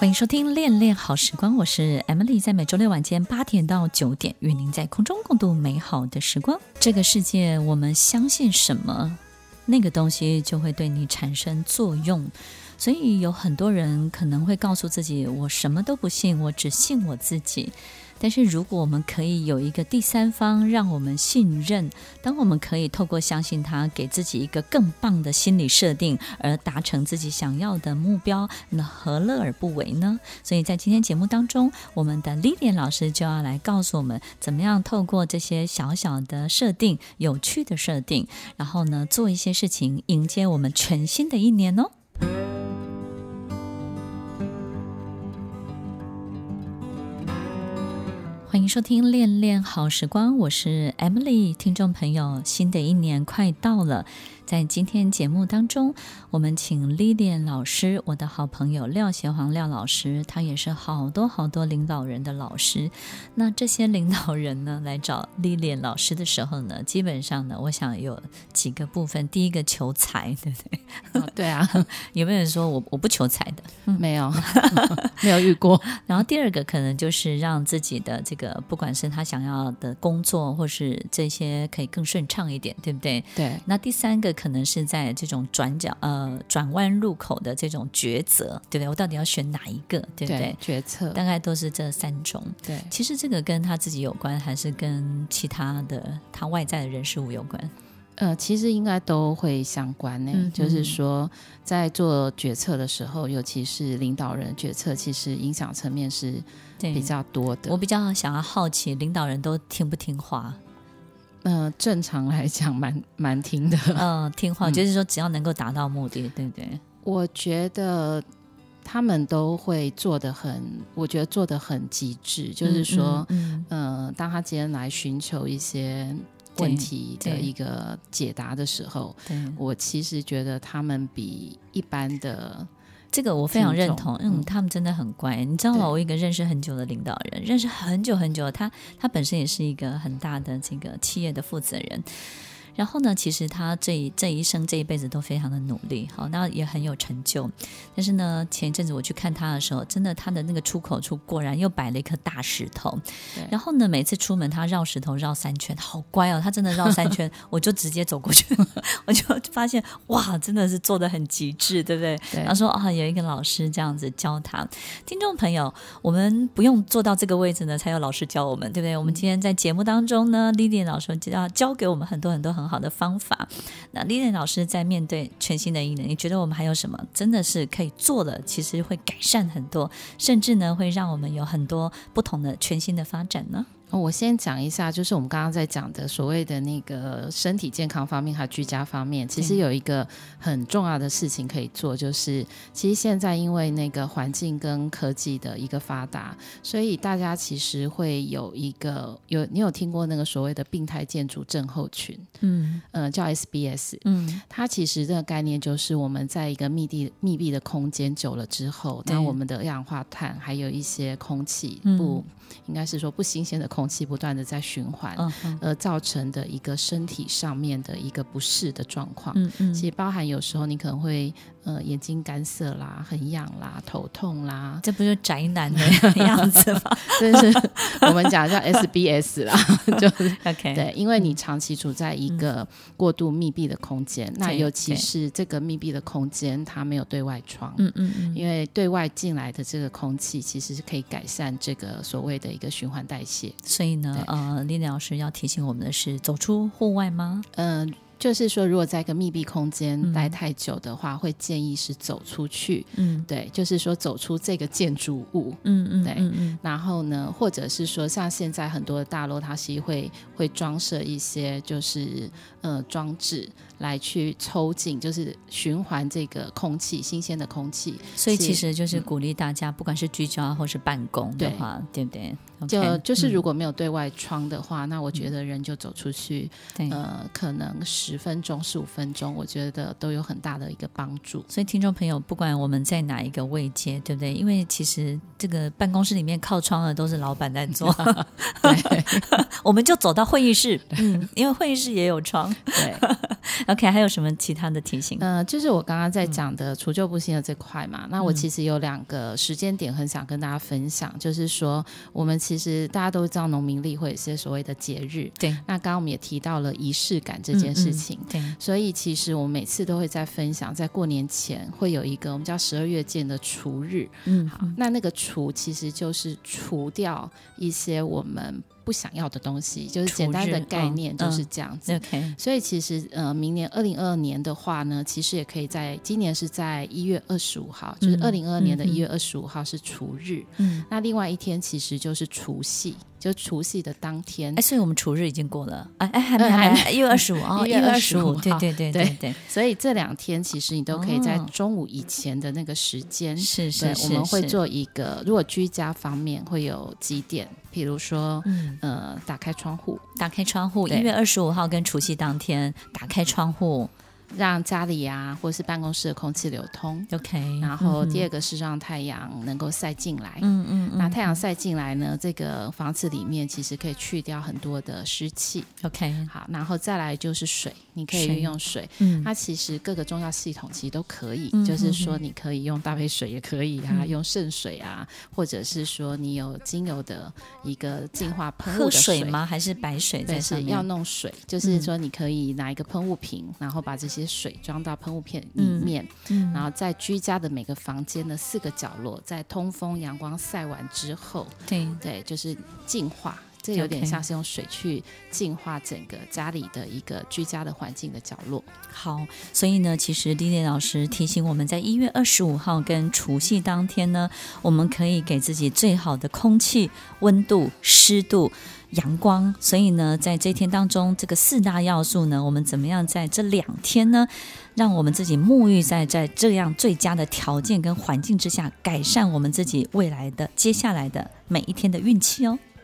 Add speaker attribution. Speaker 1: 欢迎收听《恋恋好时光》，我是 Emily，在每周六晚间八点到九点，与您在空中共度美好的时光。这个世界，我们相信什么，那个东西就会对你产生作用。所以有很多人可能会告诉自己：“我什么都不信，我只信我自己。”但是如果我们可以有一个第三方让我们信任，当我们可以透过相信他，给自己一个更棒的心理设定，而达成自己想要的目标，那何乐而不为呢？所以在今天节目当中，我们的 Lilian 老师就要来告诉我们，怎么样透过这些小小的设定、有趣的设定，然后呢，做一些事情，迎接我们全新的一年哦。欢迎收听《恋恋好时光》，我是 Emily。听众朋友，新的一年快到了，在今天节目当中，我们请 Lilian 老师，我的好朋友廖协煌廖老师，他也是好多好多领导人的老师。那这些领导人呢，来找 Lilian 老师的时候呢，基本上呢，我想有几个部分。第一个求财， 对不对？
Speaker 2: 哦对啊，嗯
Speaker 1: 有没有人说我我不求财的？
Speaker 2: 没有，没有遇过。
Speaker 1: 然后第二个可能就是让自己的这个，不管是他想要的工作，或是这些可以更顺畅一点，对不对？
Speaker 2: 对，
Speaker 1: 那第三个可能是在这种转角呃转弯入口的这种抉择，对不对？我到底要选哪一个，对不对？
Speaker 2: 对，决策，
Speaker 1: 大概都是这三种。
Speaker 2: 对，
Speaker 1: 其实这个跟他自己有关，还是跟其他的他外在的人事物有关？
Speaker 2: 呃，其实应该都会相关呢、
Speaker 1: 嗯哼
Speaker 2: 就是说，在做决策的时候，尤其是领导人的决策，其实影响层面是
Speaker 1: 对，
Speaker 2: 比较多的。
Speaker 1: 我比较想要好奇，领导人都听不听话？
Speaker 2: 呃，正常来讲，蛮蛮听的。
Speaker 1: 嗯、听话，
Speaker 2: 嗯
Speaker 1: 就是说只要能够达到目的，对不对？
Speaker 2: 我觉得他们都会做的很，我觉得做的很极致，就是说，
Speaker 1: 嗯，嗯
Speaker 2: 呃，当他今天来寻求一些
Speaker 1: 对
Speaker 2: 问题的
Speaker 1: 对
Speaker 2: 一个解答的时候，
Speaker 1: 嗯对。
Speaker 2: 我其实觉得他们比一般的，
Speaker 1: 这个我非常认同，
Speaker 2: 听
Speaker 1: 嗯，
Speaker 2: 众嗯
Speaker 1: 他们真的很乖。你知道吗？
Speaker 2: 对
Speaker 1: 我有一个认识很久的领导人，认识很久很久，他他本身也是一个很大的这个企业的负责人。然后呢，其实他这一这一生这一辈子都非常的努力，好，那也很有成就。但是呢，前一阵子我去看他的时候，真的他的那个出口处果然又摆了一颗大石头
Speaker 2: 对。
Speaker 1: 然后呢，每次出门他绕石头绕三圈，好乖哦，他真的绕三圈， 我就直接走过去， 我就发现哇，真的是做的很极致，对不对？
Speaker 2: 对
Speaker 1: 他说啊、有一个老师这样子教他。听众朋友，我们不用做到这个位置呢，才有老师教我们，对不对？我们今天在节目当中呢，Lilian 老师教教给我们很多很多很好的方法。那 Lilian 老师在面对全新的一年，你觉得我们还有什么真的是可以做的？其实会改善很多，甚至呢会让我们有很多不同的全新的发展呢？
Speaker 2: 哦我先讲一下，就是我们刚刚在讲的所谓的那个身体健康方面还有居家方面，其实
Speaker 1: 对
Speaker 2: 有一个很重要的事情可以做，就是其实现在因为那个环境跟科技的一个发达，所以大家其实会有一个有你有听过那个所谓的病态建筑症候群，
Speaker 1: 嗯
Speaker 2: 呃，叫 SBS，
Speaker 1: 嗯，
Speaker 2: 它其实这个概念就是我们在一个密地密闭的空间久了之后，
Speaker 1: 对
Speaker 2: 那我们的二氧化碳还有一些空气
Speaker 1: 嗯
Speaker 2: 不，应该是说不新鲜的空气不断的在循环，
Speaker 1: 嗯嗯
Speaker 2: 而造成的一个身体上面的一个不适的状况。
Speaker 1: 嗯嗯，，
Speaker 2: 其实包含有时候你可能会呃眼睛干涩啦、很痒啦、头痛啦
Speaker 1: 这不就是宅男的 样子吗
Speaker 2: 这是 我们讲叫 SBS 啦，就是
Speaker 1: ？OK，
Speaker 2: 对，因为
Speaker 1: 嗯
Speaker 2: 你长期处在一个过度密闭的空间，那
Speaker 1: 对
Speaker 2: 尤其
Speaker 1: 对
Speaker 2: 是这个密闭的空间，它没有对外窗。
Speaker 1: 嗯嗯嗯，
Speaker 2: 因为对外进来的这个空气，其实是可以改善这个所谓的一个循环代谢。
Speaker 1: 所以呢
Speaker 2: 对，
Speaker 1: 呃，丽丽老师要提醒我们的是，走出户外吗？
Speaker 2: 嗯、就是说，如果在一个密闭空间
Speaker 1: 嗯
Speaker 2: 待太久的话，会建议是走出去。
Speaker 1: 嗯
Speaker 2: 对，就是说走出这个建筑物。
Speaker 1: 嗯嗯，
Speaker 2: 对
Speaker 1: 嗯嗯
Speaker 2: 然后呢，或者是说，像现在很多的大楼，它是会会装设一些就是呃装置来去抽进，就是循环这个空气，新鲜的空气。
Speaker 1: 所以
Speaker 2: 是
Speaker 1: 其实就是鼓励大家，不管是居家或是办公的
Speaker 2: 对
Speaker 1: 话，对不对？OK？
Speaker 2: 嗯就就是
Speaker 1: 嗯
Speaker 2: 如果没有对外窗的话，那我觉得人就走出去，
Speaker 1: 对。
Speaker 2: 呃，可能十分钟、十五分钟，我觉得都有很大的一个帮助。
Speaker 1: 所以，听众朋友，不管我们在哪一个位阶，对不对？因为其实这个办公室里面靠窗的都是老板在 做，
Speaker 2: 对
Speaker 1: 我们就走到会议室，嗯，因为会议室也有窗，
Speaker 2: 对
Speaker 1: OK，还有什么其他的提醒？
Speaker 2: 呃，就是我刚刚在讲的除旧布新的这块嘛，那我
Speaker 1: 嗯
Speaker 2: 其实有两个时间点很想跟大家分享，就是说我们其实大家都知道农民历会有一些所谓的节日，
Speaker 1: 对嗯
Speaker 2: 那刚刚我们也提到了仪式感这件事情。
Speaker 1: 对，
Speaker 2: 所以其实我们每次都会在分享，在过年前会有一个我们叫十二月见的除日，
Speaker 1: 嗯，
Speaker 2: 好，那那个除其实就是除掉一些我们不想要的东西，就是简单
Speaker 1: 除
Speaker 2: 的
Speaker 1: 日
Speaker 2: 概
Speaker 1: 嗯
Speaker 2: 念就是
Speaker 1: 嗯
Speaker 2: 这样子。
Speaker 1: ，OK，
Speaker 2: 所以其实呃，明年二零二二年的话呢，其实也可以在今年是在一月二十五号，就是
Speaker 1: 嗯
Speaker 2: 二零二二年的
Speaker 1: 嗯嗯
Speaker 2: 一月二十五号是除日。
Speaker 1: 嗯，
Speaker 2: 那另外一天其实就是除夕，就除夕的当天
Speaker 1: 哎，，所以我们除日已经过了，哎哎，还没
Speaker 2: 嗯
Speaker 1: 还
Speaker 2: 还
Speaker 1: 没，一月二十五哦，
Speaker 2: 1
Speaker 1: 一
Speaker 2: 月
Speaker 1: 月二十
Speaker 2: 25
Speaker 1: 五，对
Speaker 2: 号
Speaker 1: 对对
Speaker 2: 对
Speaker 1: 对，
Speaker 2: 所以这两天其实你都可以在
Speaker 1: 哦
Speaker 2: 中午以前的那个时间，
Speaker 1: 是
Speaker 2: 对
Speaker 1: 是，是，
Speaker 2: 我们会
Speaker 1: 是，
Speaker 2: 做一个，如果居家方面会有几点，比如说。
Speaker 1: 嗯，
Speaker 2: 呃，打开窗户，
Speaker 1: 打开窗户，
Speaker 2: 对
Speaker 1: 一月二十五号跟除夕当天打开窗户
Speaker 2: 让家里啊或是办公室的空气流通，
Speaker 1: ，OK，
Speaker 2: 然后第
Speaker 1: 二，
Speaker 2: 二个是让太阳能够晒进来，
Speaker 1: 嗯嗯嗯
Speaker 2: 那太阳晒进来呢，这个房子里面其实可以去掉很多的湿气。
Speaker 1: ，OK，
Speaker 2: 好，然后再来就是水，你可以
Speaker 1: 水
Speaker 2: 运用水。
Speaker 1: 嗯，
Speaker 2: 它其实各个重要系统其实都可以，
Speaker 1: 嗯
Speaker 2: 就是
Speaker 1: 嗯
Speaker 2: 说
Speaker 1: 嗯
Speaker 2: 你可以用搭配水也可以啊，
Speaker 1: 嗯
Speaker 2: 用圣水啊，或者是说你有精油的一个净化喷雾
Speaker 1: 喝
Speaker 2: 的水
Speaker 1: 水？吗？还是白水在
Speaker 2: 对，
Speaker 1: 上
Speaker 2: 是
Speaker 1: 面？
Speaker 2: 要弄水，就是
Speaker 1: 嗯
Speaker 2: 说你可以拿一个喷雾瓶，然后把这些水装到喷雾片里
Speaker 1: 嗯
Speaker 2: 面，
Speaker 1: 嗯
Speaker 2: 然后在居家的每个房间的四个角落，在通风、阳光晒完之后，
Speaker 1: 对，
Speaker 2: 对，就是净化，这有点
Speaker 1: OK
Speaker 2: 像是用水去净化整个家里的一个居家的环境的角落。
Speaker 1: 好，所以呢，其实丽丽老师提醒我们在一月二十五号跟除夕当天呢，我们可以给自己最好的空气、温度、湿度、阳光。所以呢，在这一天当中，这个四大要素呢，我们怎么样在这两天呢，让我们自己沐浴在在这样最佳的条件跟环境之下，改善我们自己未来的接下来的每一天的运气哦。